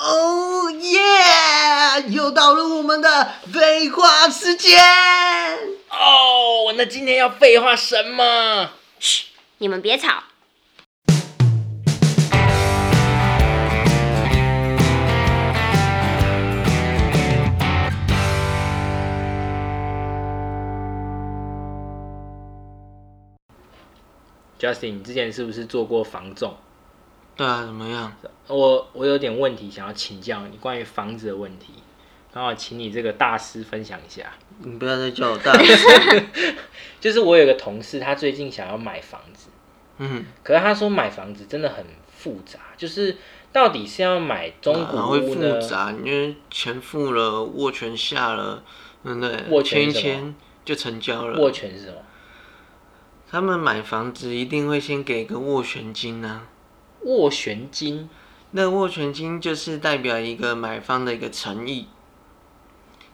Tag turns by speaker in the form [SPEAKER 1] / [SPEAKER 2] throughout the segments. [SPEAKER 1] Oh 又到了我们的废话时间。
[SPEAKER 2] 哦，那今天要废话什么？
[SPEAKER 3] 嘘，你们别吵。
[SPEAKER 2] Justin，你之前是不是做过房仲？哦
[SPEAKER 1] 对啊，怎么样？
[SPEAKER 2] 我我有点问题想要请教你关于房子的问题，刚好请你这个大师分享一下。
[SPEAKER 1] 你不要再叫我大师。
[SPEAKER 2] 就是我有个同事，他最近想要买房子，
[SPEAKER 1] 嗯，
[SPEAKER 2] 可是他说买房子真的很复杂，就是到底是要买中古
[SPEAKER 1] 哪啊会
[SPEAKER 2] 屋呢
[SPEAKER 1] 复？杂？因为钱付了，握拳下了，对不对？
[SPEAKER 2] 握
[SPEAKER 1] 签
[SPEAKER 2] 拳是什
[SPEAKER 1] 一
[SPEAKER 2] 么啊
[SPEAKER 1] 签就成交了。
[SPEAKER 2] 握拳是什么？
[SPEAKER 1] 他们买房子一定会先给个斡旋金啊。
[SPEAKER 2] 斡旋金
[SPEAKER 1] 那斡旋金就是代表一个买方的一个诚意，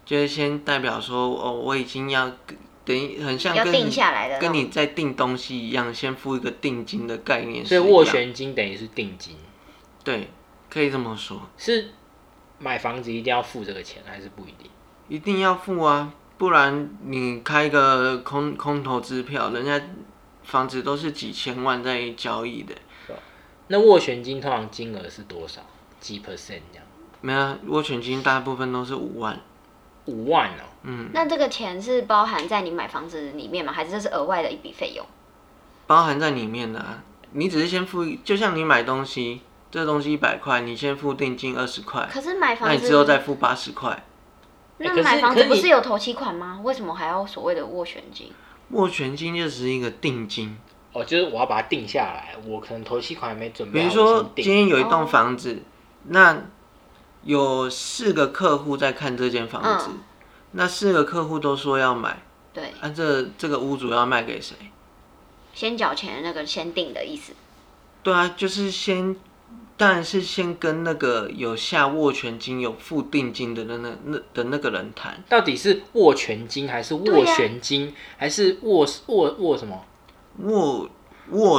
[SPEAKER 1] 就是先代表说，哦，我已经要跟等于很像
[SPEAKER 3] 要
[SPEAKER 1] 跟
[SPEAKER 3] 定
[SPEAKER 1] 你
[SPEAKER 3] 下来的那
[SPEAKER 1] 跟
[SPEAKER 3] 种
[SPEAKER 1] 你在订东西一样，先付一个定金的概念是
[SPEAKER 2] 所
[SPEAKER 1] 一
[SPEAKER 2] 以
[SPEAKER 1] 样。
[SPEAKER 2] 斡旋金等于是定金，
[SPEAKER 1] 对，可以这么说，
[SPEAKER 2] 是买房子一定要付这个钱，还是不一定？
[SPEAKER 1] 一定要付啊，不然你开个空空头支票，人家房子都是几千万在交易的，
[SPEAKER 2] 那斡旋金通常金额是多少？几 percent 这样？
[SPEAKER 1] 没有啊斡旋金大部分都是五万，
[SPEAKER 2] 五万哦、
[SPEAKER 1] 嗯，
[SPEAKER 3] 那这个钱是包含在你买房子里面吗？还是这是额外的一笔费用？
[SPEAKER 1] 包含在里面的、啊。你只是先付，就像你买东西，这东西一百块，你先付定金二十块，
[SPEAKER 3] 可是买
[SPEAKER 1] 哎那
[SPEAKER 3] 房
[SPEAKER 1] 你
[SPEAKER 3] 子，
[SPEAKER 1] 之后再哎付八十块。
[SPEAKER 3] 那
[SPEAKER 2] 欸可是
[SPEAKER 3] 买房
[SPEAKER 2] 可
[SPEAKER 3] 子
[SPEAKER 2] 是
[SPEAKER 3] 不
[SPEAKER 2] 你
[SPEAKER 3] 是有头期款吗？为什么还要所谓的斡旋金？
[SPEAKER 1] 斡旋金就是一个定金，
[SPEAKER 2] 哦，就是我要把它定下来，我可能头期款还没准备
[SPEAKER 1] 比
[SPEAKER 3] 啊
[SPEAKER 2] 好，
[SPEAKER 1] 如说
[SPEAKER 2] 我先
[SPEAKER 1] 今
[SPEAKER 2] 定。
[SPEAKER 1] 天有一栋房子，
[SPEAKER 3] 哦
[SPEAKER 1] 那有四个客户在看这间房子，
[SPEAKER 3] 嗯
[SPEAKER 1] 那四个客户都说要买，
[SPEAKER 3] 对，
[SPEAKER 1] 啊这这个屋主要卖给谁？
[SPEAKER 3] 先缴钱的那个先定的意思。
[SPEAKER 1] 对啊，就是先，当然是先跟那个有下斡旋金、有付定金的那那那的那个人谈。
[SPEAKER 2] 到底是握拳金还是
[SPEAKER 3] 对
[SPEAKER 2] 握
[SPEAKER 3] 呀
[SPEAKER 2] 旋金，还是握握握什么
[SPEAKER 1] 斡 斡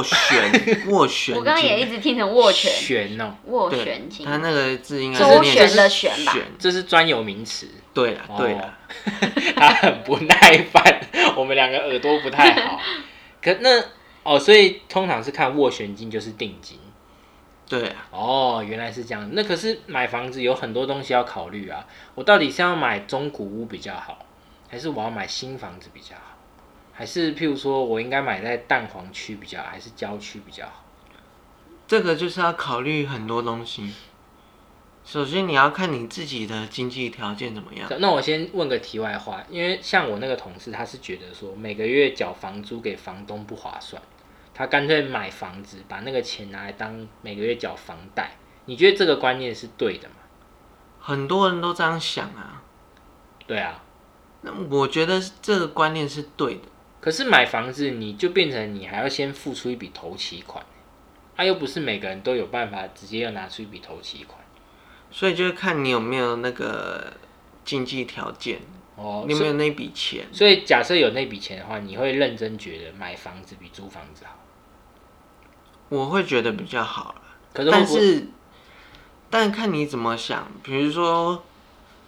[SPEAKER 1] 旋斡旋金，
[SPEAKER 3] 我刚刚也一直听成斡旋，
[SPEAKER 2] 旋哦？
[SPEAKER 3] 斡
[SPEAKER 1] 对
[SPEAKER 3] 旋金。嗯
[SPEAKER 1] 他那个字应该
[SPEAKER 3] 周
[SPEAKER 1] 是念
[SPEAKER 3] 旋的旋吧
[SPEAKER 2] 这是专有名词，
[SPEAKER 1] 对啊，对啊，
[SPEAKER 2] 哦 他很不耐烦，我们两个耳朵不太 好。可那哦，所以通常是看斡旋金就是定金
[SPEAKER 1] 对啊，
[SPEAKER 2] 哦，原来是这样。那可是买房子有很多东西要考虑啊，我到底是要买中古屋比较好，还是我要买新房子比较好，还是譬如说我应该买在蛋黄区比较好，还是郊区比较好？
[SPEAKER 1] 这个就是要考虑很多东西。首先你要看你自己的经济条件怎么样。
[SPEAKER 2] 那我先问个题外话，因为像我那个同事，他是觉得说每个月缴房租给房东不划算，他干脆买房子，把那个钱拿来当每个月缴房贷。你觉得这个观念是对的吗？
[SPEAKER 1] 很多人都这样想啊，
[SPEAKER 2] 对啊，
[SPEAKER 1] 那我觉得这个观念是对的。
[SPEAKER 2] 可是买房子你就变成你还要先付出一笔头期款，啊，又不是每个人都有办法直接要拿出一笔头期款。
[SPEAKER 1] 所以就是看你有没有那个经济条件，
[SPEAKER 2] 哦，
[SPEAKER 1] 你有没
[SPEAKER 2] 所以
[SPEAKER 1] 有那笔钱。
[SPEAKER 2] 所以假设有那笔钱的话，你会认真觉得买房子比租房子好？
[SPEAKER 1] 我会觉得比较好啦
[SPEAKER 2] 可是会
[SPEAKER 1] 但
[SPEAKER 2] 不会
[SPEAKER 1] 是，但看你怎么想。比如说，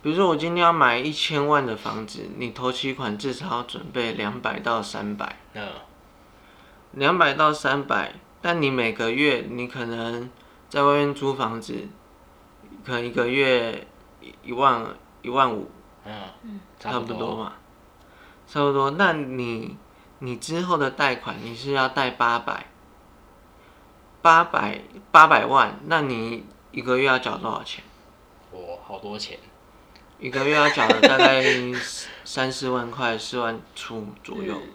[SPEAKER 1] 比如说我今天要买一千万的房子，你头期款至少要准备两百到三百，
[SPEAKER 2] 嗯
[SPEAKER 1] 两百到三百。但你每个月你可能在外面租房子，可能一个月一万一万五，
[SPEAKER 2] 嗯，
[SPEAKER 1] 差不多嘛，差不多。那你你之后的贷款你是要贷八百，八百八百万，那你一个月要缴多少钱？
[SPEAKER 2] 我好多钱。
[SPEAKER 1] 一个月要缴了大概三四万块，四万出左右。
[SPEAKER 3] 嗯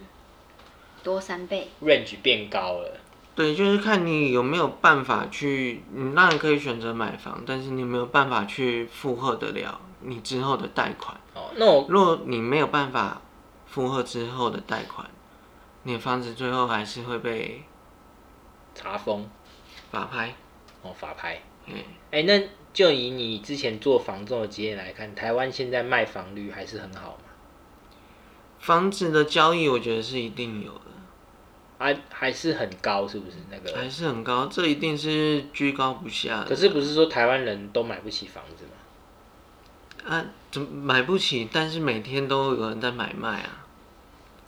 [SPEAKER 3] 多三倍，
[SPEAKER 2] range 变高了。
[SPEAKER 1] 对，就是看你有没有办法去，你当然可以选择买房，但是你有没有办法去负荷得了你之后的贷款。
[SPEAKER 2] 哦，那我
[SPEAKER 1] 如果你没有办法负荷之后的贷款，你的房子最后还是会被
[SPEAKER 2] 查封
[SPEAKER 1] 法拍。
[SPEAKER 2] 哦，法拍。
[SPEAKER 1] 嗯，
[SPEAKER 2] 哎、那就以你之前做房仲的经验来看，台湾现在卖房率还是很好嘛？
[SPEAKER 1] 房子的交易我觉得是一定有的，
[SPEAKER 2] 啊，还是很高，是不是？那个，
[SPEAKER 1] 还是很高，这一定是居高不下的。
[SPEAKER 2] 可是不是说台湾人都买不起房子吗？
[SPEAKER 1] 啊，怎么买不起？但是每天都有人在买卖啊，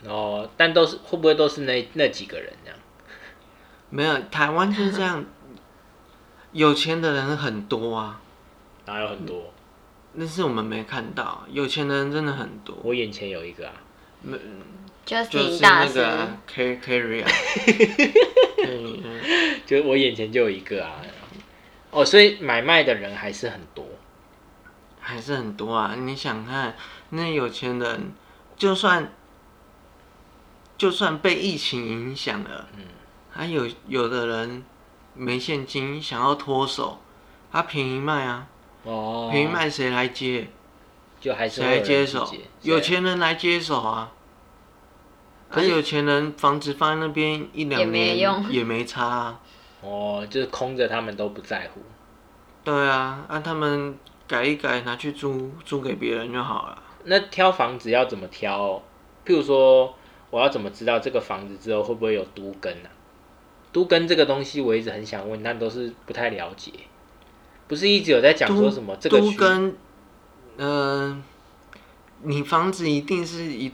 [SPEAKER 2] 哦，但都是会不会都是那那几个人这样？
[SPEAKER 1] 没有，台湾就是这样， 有钱的人很多啊，
[SPEAKER 2] 哪有很多？
[SPEAKER 1] 嗯那是我们没看到，有钱的人真的很多，
[SPEAKER 2] 我眼前有一个啊，
[SPEAKER 1] 没就
[SPEAKER 3] Justin
[SPEAKER 1] 是
[SPEAKER 3] 大
[SPEAKER 1] 那
[SPEAKER 3] 师，
[SPEAKER 1] 个啊 K Carry 啊，Carry，嗯
[SPEAKER 2] 就我眼前就有一个啊。哦，所以买卖的人还是很多。
[SPEAKER 1] 还是很多啊。你想看那有钱人，就算就算被疫情影响了，
[SPEAKER 2] 嗯
[SPEAKER 1] 还有有的人没现金想要脱手，他便宜卖啊，
[SPEAKER 2] 哦，
[SPEAKER 1] 便宜卖谁来接？
[SPEAKER 2] 就还是
[SPEAKER 1] 谁
[SPEAKER 2] 会有
[SPEAKER 1] 来
[SPEAKER 2] 人
[SPEAKER 1] 接
[SPEAKER 2] 去
[SPEAKER 1] 手
[SPEAKER 2] 接？
[SPEAKER 1] 有钱人来接手啊。
[SPEAKER 2] 可
[SPEAKER 1] 而
[SPEAKER 2] 是
[SPEAKER 1] 有钱人房子放在那边一两
[SPEAKER 3] 也没
[SPEAKER 1] 年
[SPEAKER 3] 用
[SPEAKER 1] 也没差、啊，
[SPEAKER 2] 哦，就是空着他们都不在乎。
[SPEAKER 1] 对啊，按、他们改一改，拿去租租给别人就好了。
[SPEAKER 2] 那挑房子要怎么挑？哦譬如说，我要怎么知道这个房子之后会不会有都根啊？都根这个东西我一直很想问，但都是不太了解。不是一直有在讲说什么这个
[SPEAKER 1] 都
[SPEAKER 2] 区
[SPEAKER 1] 跟，嗯、你房子一定是一，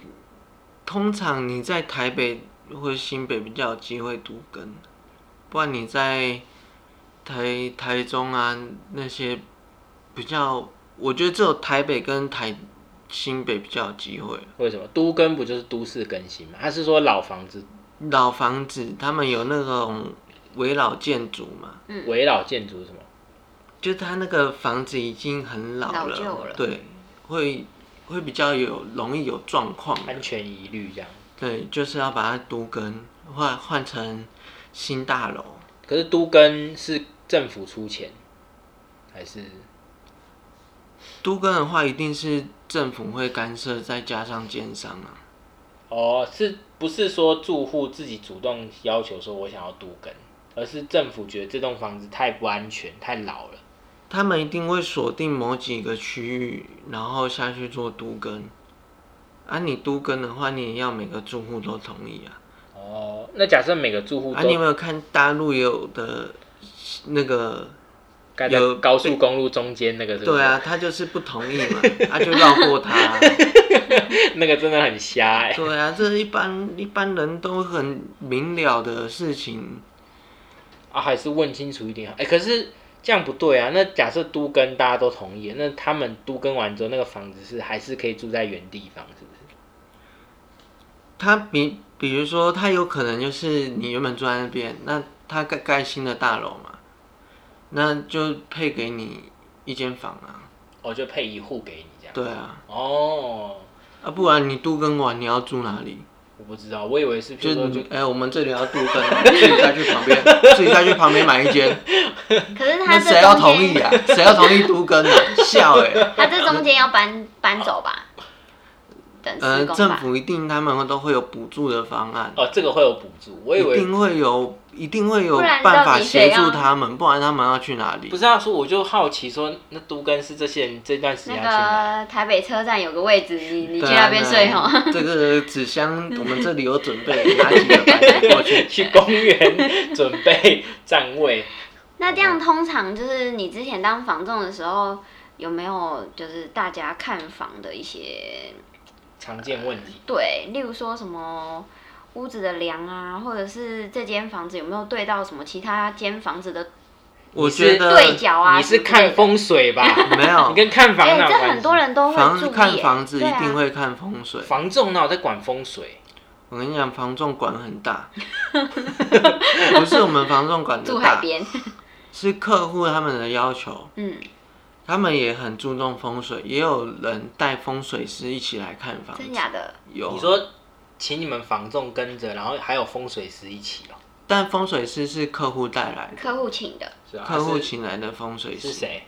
[SPEAKER 1] 通常你在台北或新北比较有机会都跟，不然你在台台中啊那些比较，我觉得只有台北跟台新北比较有机会。
[SPEAKER 2] 为什么都更不就是都市更新吗？他是说老房子
[SPEAKER 1] 老房子他们有那种围老建筑嘛，
[SPEAKER 3] 嗯，
[SPEAKER 2] 围绕建筑什么？
[SPEAKER 1] 就是他那个房子已经很老
[SPEAKER 3] 老
[SPEAKER 1] 了，
[SPEAKER 3] 旧了
[SPEAKER 1] 对，会会比较有容易有状况的。
[SPEAKER 2] 安全疑虑这样。
[SPEAKER 1] 对，就是要把它都更换换成新大楼，
[SPEAKER 2] 可是都更是政府出钱，还是
[SPEAKER 1] 都更的话一定是政府会干涉，再加上建商啊。
[SPEAKER 2] 哦？是不是说住户自己主动要求说我想要都更，而是政府觉得这栋房子太不安全、太老了？
[SPEAKER 1] 他们一定会锁定某几个区域，然后下去做都更。啊，你都更的话，你也要每个住户都同意啊。
[SPEAKER 2] 哦，那假设每个住户
[SPEAKER 1] 啊，你有
[SPEAKER 2] 都
[SPEAKER 1] 没有看大陆有的那个
[SPEAKER 2] 盖在
[SPEAKER 1] 有
[SPEAKER 2] 高速公路中间那个是不是？
[SPEAKER 1] 对，啊，他就是不同意嘛，他、就绕过他、 啊
[SPEAKER 2] 那个真的很瞎哎、
[SPEAKER 1] 对啊，这一般一般人都很明了的事情。
[SPEAKER 2] 啊，还是问清楚一点好。哎、可是这样不对啊。那假设都跟大家都同意，那他们都跟完之后，那个房子是还是可以住在原地方，是不是？
[SPEAKER 1] 他比比如说，他有可能就是你原本住在那边，那他盖盖新的大楼嘛，那就配给你一间房啊。
[SPEAKER 2] 哦，就配一户给你这样。
[SPEAKER 1] 对啊，
[SPEAKER 2] 哦，
[SPEAKER 1] 啊，不然你都跟完你要住哪里？
[SPEAKER 2] 我不知道，我以为是譬
[SPEAKER 1] 就
[SPEAKER 2] 如
[SPEAKER 1] 是
[SPEAKER 2] 说
[SPEAKER 1] 你
[SPEAKER 2] 就
[SPEAKER 1] 哎、我们这里要杜根啊，自己再去旁边， 自己再去旁边买一间，
[SPEAKER 3] 可是
[SPEAKER 1] 那
[SPEAKER 3] 他
[SPEAKER 1] 谁
[SPEAKER 3] 这
[SPEAKER 1] 要
[SPEAKER 3] 中
[SPEAKER 1] 同意
[SPEAKER 3] 间，
[SPEAKER 1] 啊？谁要同意杜根啊？ 笑哎、
[SPEAKER 3] 他这中间要搬搬走吧？等施
[SPEAKER 1] 呃，
[SPEAKER 3] 工
[SPEAKER 1] 政
[SPEAKER 3] 吧。
[SPEAKER 1] 府一定他们都会有补助的方案，
[SPEAKER 2] 哦，这个会有补助。我以
[SPEAKER 1] 一
[SPEAKER 2] 为
[SPEAKER 1] 定会有，一定会有
[SPEAKER 3] 不然
[SPEAKER 1] 办
[SPEAKER 3] 到
[SPEAKER 1] 法
[SPEAKER 3] 底谁
[SPEAKER 1] 协
[SPEAKER 3] 要
[SPEAKER 1] 助他们，不然他们要去哪里
[SPEAKER 2] 不？是啊，说我就好奇说，那都跟是这些人这段时间
[SPEAKER 3] 那
[SPEAKER 2] 要去哪？
[SPEAKER 3] 个台北车站有个位置，你你
[SPEAKER 1] 对
[SPEAKER 3] 去
[SPEAKER 1] 啊
[SPEAKER 3] 那边睡
[SPEAKER 1] 对啊
[SPEAKER 3] 哦。
[SPEAKER 1] 这个纸箱我们这里有准备，拿几个白纸过 去。
[SPEAKER 2] 去公园准备占位。
[SPEAKER 3] 那这样通常就是你之前当房仲的时候，有没有就是大家看房的一些
[SPEAKER 2] 常见问题。
[SPEAKER 3] 对，例如说什么屋子的梁啊，或者是这间房子有没有对到什么其他间房子的
[SPEAKER 1] 我觉得
[SPEAKER 3] 对角啊？
[SPEAKER 2] 你
[SPEAKER 3] 什
[SPEAKER 2] 是
[SPEAKER 3] 么之类
[SPEAKER 2] 看
[SPEAKER 3] 的？
[SPEAKER 2] 风水吧？
[SPEAKER 1] 没
[SPEAKER 2] 你
[SPEAKER 1] 有
[SPEAKER 2] 跟看房
[SPEAKER 3] 哎、
[SPEAKER 2] 哪有
[SPEAKER 3] 这
[SPEAKER 2] 关
[SPEAKER 3] 很
[SPEAKER 2] 系
[SPEAKER 3] 多人都会注意、
[SPEAKER 1] 房看房子一
[SPEAKER 3] 对啊
[SPEAKER 1] 定会看风水。
[SPEAKER 2] 房仲哪有在管风水？
[SPEAKER 1] 我跟你讲，房仲管很 大，不是我们房仲管
[SPEAKER 3] 住
[SPEAKER 1] 的
[SPEAKER 3] 海
[SPEAKER 1] 大，
[SPEAKER 3] 边，
[SPEAKER 1] 是客户他们的要求，
[SPEAKER 3] 嗯，
[SPEAKER 1] 他们也很注重风水，也有人带风水师一起来看房子
[SPEAKER 3] 真。假的？
[SPEAKER 1] 有
[SPEAKER 2] 你说请你们房仲跟着，然后还有风水师一起哦、
[SPEAKER 1] 但风水师是客户带来的，
[SPEAKER 3] 客户请的
[SPEAKER 2] 是啊
[SPEAKER 1] 客户
[SPEAKER 2] 是
[SPEAKER 1] 请来的风水
[SPEAKER 2] 是
[SPEAKER 1] 师
[SPEAKER 2] 谁？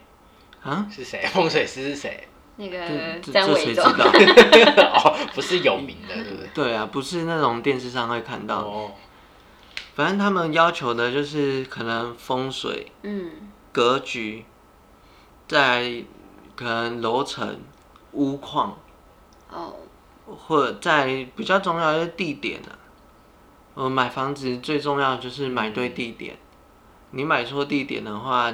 [SPEAKER 1] 啊？
[SPEAKER 2] 是谁？ 风水师是 谁？
[SPEAKER 3] 那
[SPEAKER 1] 这
[SPEAKER 3] 个
[SPEAKER 1] 这
[SPEAKER 3] 张
[SPEAKER 1] 这
[SPEAKER 3] 伟
[SPEAKER 1] 谁知
[SPEAKER 3] 忠，
[SPEAKER 1] 道？
[SPEAKER 2] 哦，不是有名的，对不对？
[SPEAKER 1] 对啊，不是那种电视上会看到的。
[SPEAKER 2] 哦，
[SPEAKER 1] 反正他们要求的就是可能风水、
[SPEAKER 3] 嗯，
[SPEAKER 1] 格局，在可能楼层、屋况，
[SPEAKER 3] 哦，
[SPEAKER 1] 或者在比较重要的是地点啊。呃，买房子最重要就是买对地点，你买错地点的话，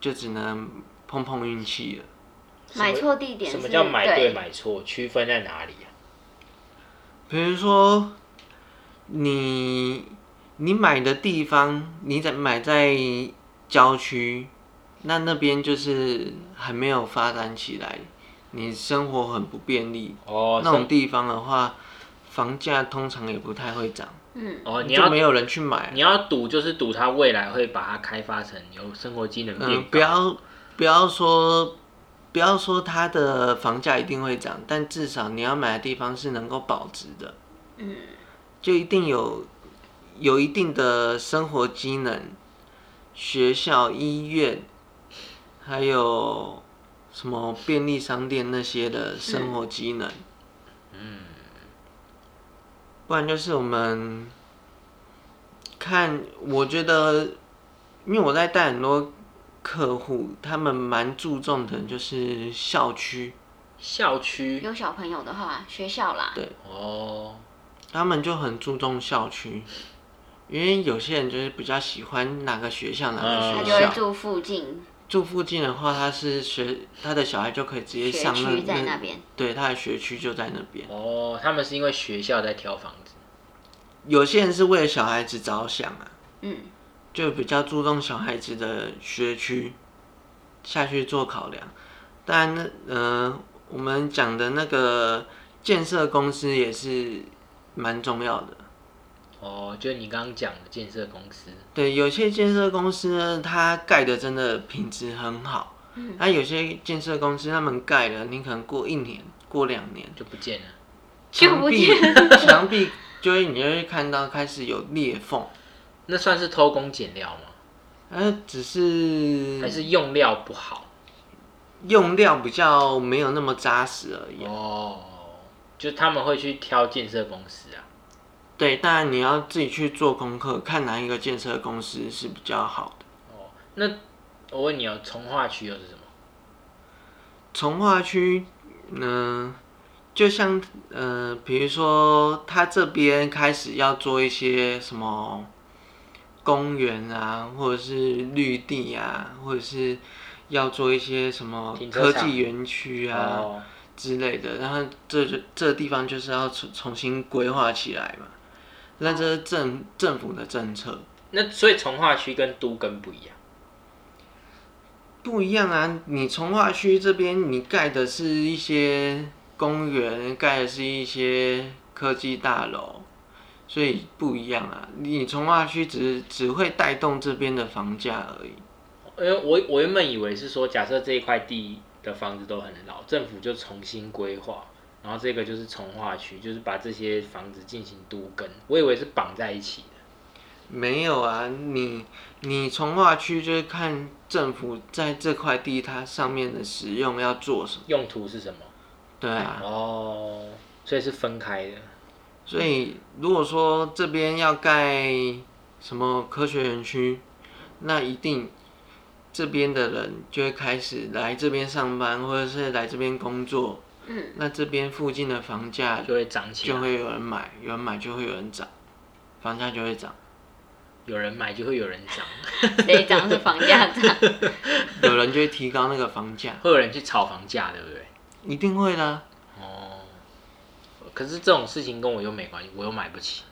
[SPEAKER 1] 就只能碰碰运气了。
[SPEAKER 2] 什么
[SPEAKER 3] 买错地点是
[SPEAKER 2] 什么叫买对
[SPEAKER 3] 对
[SPEAKER 2] 买错？区分在哪里啊？
[SPEAKER 1] 比如说，你你买的地方，你在买在郊区，那那边就是还没有发展起来，你生活很不便利。
[SPEAKER 2] 哦，
[SPEAKER 1] 那种
[SPEAKER 2] 生
[SPEAKER 1] 地方的话，房价通常也不太会涨，嗯
[SPEAKER 3] 嗯，
[SPEAKER 2] 哦，你
[SPEAKER 1] 就
[SPEAKER 2] 要
[SPEAKER 1] 没有人去买。
[SPEAKER 2] 你要赌就是赌它未来会把它开发成有生活机能变高。
[SPEAKER 1] 嗯，不要不要说不要说它的房价一定会涨，但至少你要买的地方是能够保值的。
[SPEAKER 3] 嗯，
[SPEAKER 1] 就一定有有一定的生活机能，学校、医院，还有什么便利商店那些的生活机能。嗯，不然就是我们看，我觉得，因为我在带很多客户，他们蛮注重的就是校区。
[SPEAKER 2] 校区
[SPEAKER 3] 有小朋友的话，学校啦，
[SPEAKER 2] 哦，
[SPEAKER 1] 他们就很注重校区，因为有些人就是比较喜欢哪个学校哪
[SPEAKER 2] 嗯
[SPEAKER 1] 个
[SPEAKER 3] 他
[SPEAKER 1] 学
[SPEAKER 3] 就会
[SPEAKER 1] 校，
[SPEAKER 3] 住附近，
[SPEAKER 1] 住附近的话，他是学他的小孩就可以直接
[SPEAKER 3] 学
[SPEAKER 1] 上那
[SPEAKER 3] 区在那
[SPEAKER 1] 那，
[SPEAKER 3] 边，
[SPEAKER 1] 对，他的学区就在那边。
[SPEAKER 2] 哦，他们是因为学校在挑房子，
[SPEAKER 1] 有些人是为了小孩子着想啊，
[SPEAKER 3] 嗯，
[SPEAKER 1] 就比较注重小孩子的学区下去做考量。但那呃，我们讲的那个建设公司也是蛮重要的。
[SPEAKER 2] 哦，就你刚刚讲的建设公司，
[SPEAKER 1] 对，有些建设公司呢，它盖的真的品质很好，
[SPEAKER 3] 嗯
[SPEAKER 1] 那、有些建设公司他们盖了，你可能过一年、过两年，
[SPEAKER 2] 就不见了。
[SPEAKER 3] 就不
[SPEAKER 1] 墙壁墙壁就会你就会看到开始有裂缝，
[SPEAKER 2] 那算是偷工减料吗？
[SPEAKER 1] 呃，只是
[SPEAKER 2] 还是用料不好？
[SPEAKER 1] 用料比较没有那么扎实而已。啊
[SPEAKER 2] 哦，就他们会去挑建设公司啊。
[SPEAKER 1] 对，当然你要自己去做功课，看哪一个建设公司是比较好的。
[SPEAKER 2] 哦，那我问你哦，从化区又是什么？
[SPEAKER 1] 从化区，嗯、就像呃，比如说他这边开始要做一些什么公园啊，或者是绿地啊，或者是要做一些什么
[SPEAKER 2] 停车
[SPEAKER 1] 科
[SPEAKER 2] 场
[SPEAKER 1] 技园区啊
[SPEAKER 2] 哦，
[SPEAKER 1] 之类的，然后这就这地方就是要重重新规划起来嘛。那这是政政府的政策
[SPEAKER 2] 那所以从化区跟都跟不一样。
[SPEAKER 1] 不一样啊！你从化区这边你盖的是一些公园，盖的是一些科技大楼，所以不一样啊！你从化区只只会带动这边的房价而已。
[SPEAKER 2] 因为我我原本以为是说，假设这一块地的房子都很老，政府就重新规划，然后这个就是从化区，就是把这些房子进行都更。我以为是绑在一起的。
[SPEAKER 1] 没有啊，你你从化区就是看政府在这块地它上面的使用要做什么。
[SPEAKER 2] 用途是什么？
[SPEAKER 1] 对啊，
[SPEAKER 2] 哦，所以是分开的。
[SPEAKER 1] 所以如果说这边要盖什么科学园区，那一定这边的人就会开始来这边上班，或者是来这边工作。
[SPEAKER 3] 嗯，
[SPEAKER 1] 那这边附近的房价
[SPEAKER 2] 就会涨起来，
[SPEAKER 1] 啊就会有人买，有人买就会有人涨，房价就会涨。
[SPEAKER 2] 有人买就会有人涨，
[SPEAKER 3] 谁涨是房价 涨，
[SPEAKER 1] 有人就会提高那个房价，
[SPEAKER 2] 会有人去炒房价，对不对？
[SPEAKER 1] 一定会的啊，
[SPEAKER 2] 哦，可是这种事情跟我又没关系，我又买不起。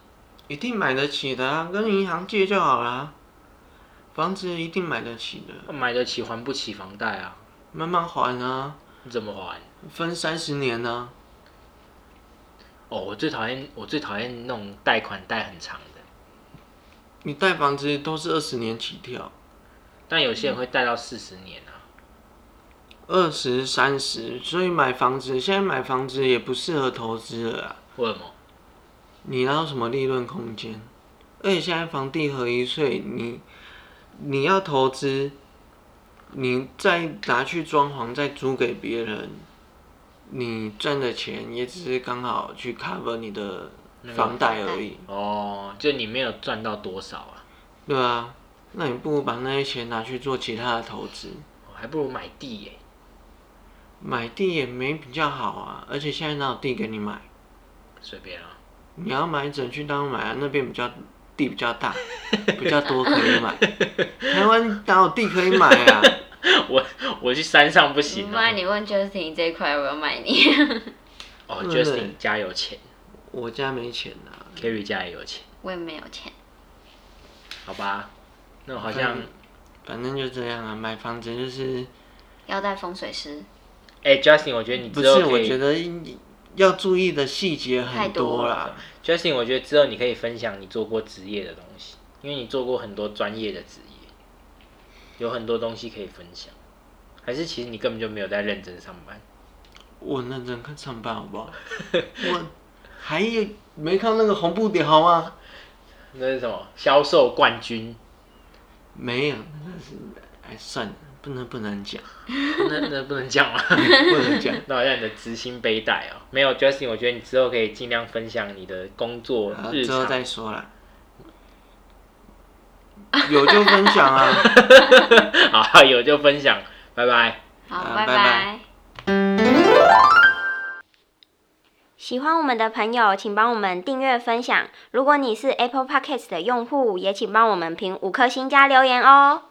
[SPEAKER 1] 一定买得起的啊，跟银行借就好啦。房子一定买得起的，
[SPEAKER 2] 买得起还不起房贷啊？
[SPEAKER 1] 慢慢还啊，
[SPEAKER 2] 你怎么还？
[SPEAKER 1] 分三十年啊呢、
[SPEAKER 2] 哦，我最讨厌我最讨厌那种贷款贷很长的，
[SPEAKER 1] 你贷房子都是二十年起跳，
[SPEAKER 2] 但有些人会贷到四十年啊。
[SPEAKER 1] 二十三十，所以买房子现在买房子也不适合投资了啊。
[SPEAKER 2] 为什么？
[SPEAKER 1] 你哪有什么利润空间？而且现在房地合一税，你你要投资，你再拿去装潢，再租给别人，你赚的钱也只是刚好去 cover 你的房贷而已，
[SPEAKER 2] 哦，就你没有赚到多少啊，
[SPEAKER 1] 对啊，那你不如把那些钱拿去做其他的投资。
[SPEAKER 2] 我还不如买地耶。
[SPEAKER 1] 买地也没比较好啊，而且现在哪有地给你买？
[SPEAKER 2] 随便啊，
[SPEAKER 1] 你要买只能去大陆买啊，那边比较地比较大，比较多可以买。台湾哪有地可以买啊？
[SPEAKER 2] 我 我去山上不行
[SPEAKER 3] 不
[SPEAKER 2] 哦、
[SPEAKER 3] 然你问 Justin 这一块，我要买你。
[SPEAKER 2] 哦
[SPEAKER 1] 嗯
[SPEAKER 2] ，Justin 家有钱
[SPEAKER 1] 我家没钱呐、啊，
[SPEAKER 2] ，Kerry 家也有钱，
[SPEAKER 3] 我也没有钱，
[SPEAKER 2] 好吧？那我好像
[SPEAKER 1] 嗯反正就这样啊。买房子就是
[SPEAKER 3] 要带风水师。
[SPEAKER 2] 哎、j u s t i n 我觉得你
[SPEAKER 1] 不
[SPEAKER 2] 之后
[SPEAKER 1] 是？
[SPEAKER 2] 可
[SPEAKER 1] 我
[SPEAKER 2] 以
[SPEAKER 1] 觉得要注意的细节
[SPEAKER 3] 太
[SPEAKER 1] 很
[SPEAKER 3] 多
[SPEAKER 1] 多
[SPEAKER 3] 了
[SPEAKER 1] 啦。
[SPEAKER 2] Justin，我觉得之后你可以分享你做过职业的东西，因为你做过很多专业的职业，有很多东西可以分享。还是其实你根本就没有在认真上班，
[SPEAKER 1] 我很认真看上班好不好？我还有没看那个红布条吗？
[SPEAKER 2] 那是什么销售冠军？
[SPEAKER 1] 没有，那是哎算了，不能不能讲，
[SPEAKER 2] 那那不能讲吗？
[SPEAKER 1] 不能讲。
[SPEAKER 2] 那好像你的执行背带哦，没有 Justin，我觉得你之后可以尽量分享你的工作
[SPEAKER 1] 啊，
[SPEAKER 2] 日
[SPEAKER 1] 之后
[SPEAKER 2] 常。
[SPEAKER 1] 再说啦。有就分享啊。
[SPEAKER 2] 好，有就分享，拜拜。
[SPEAKER 3] 好，
[SPEAKER 1] 啊
[SPEAKER 3] 拜
[SPEAKER 1] 拜拜
[SPEAKER 4] 喜欢我们的朋友，请帮我们订阅分享。如果你是 Apple Podcast 的用户，也请帮我们评五颗星加留言哦。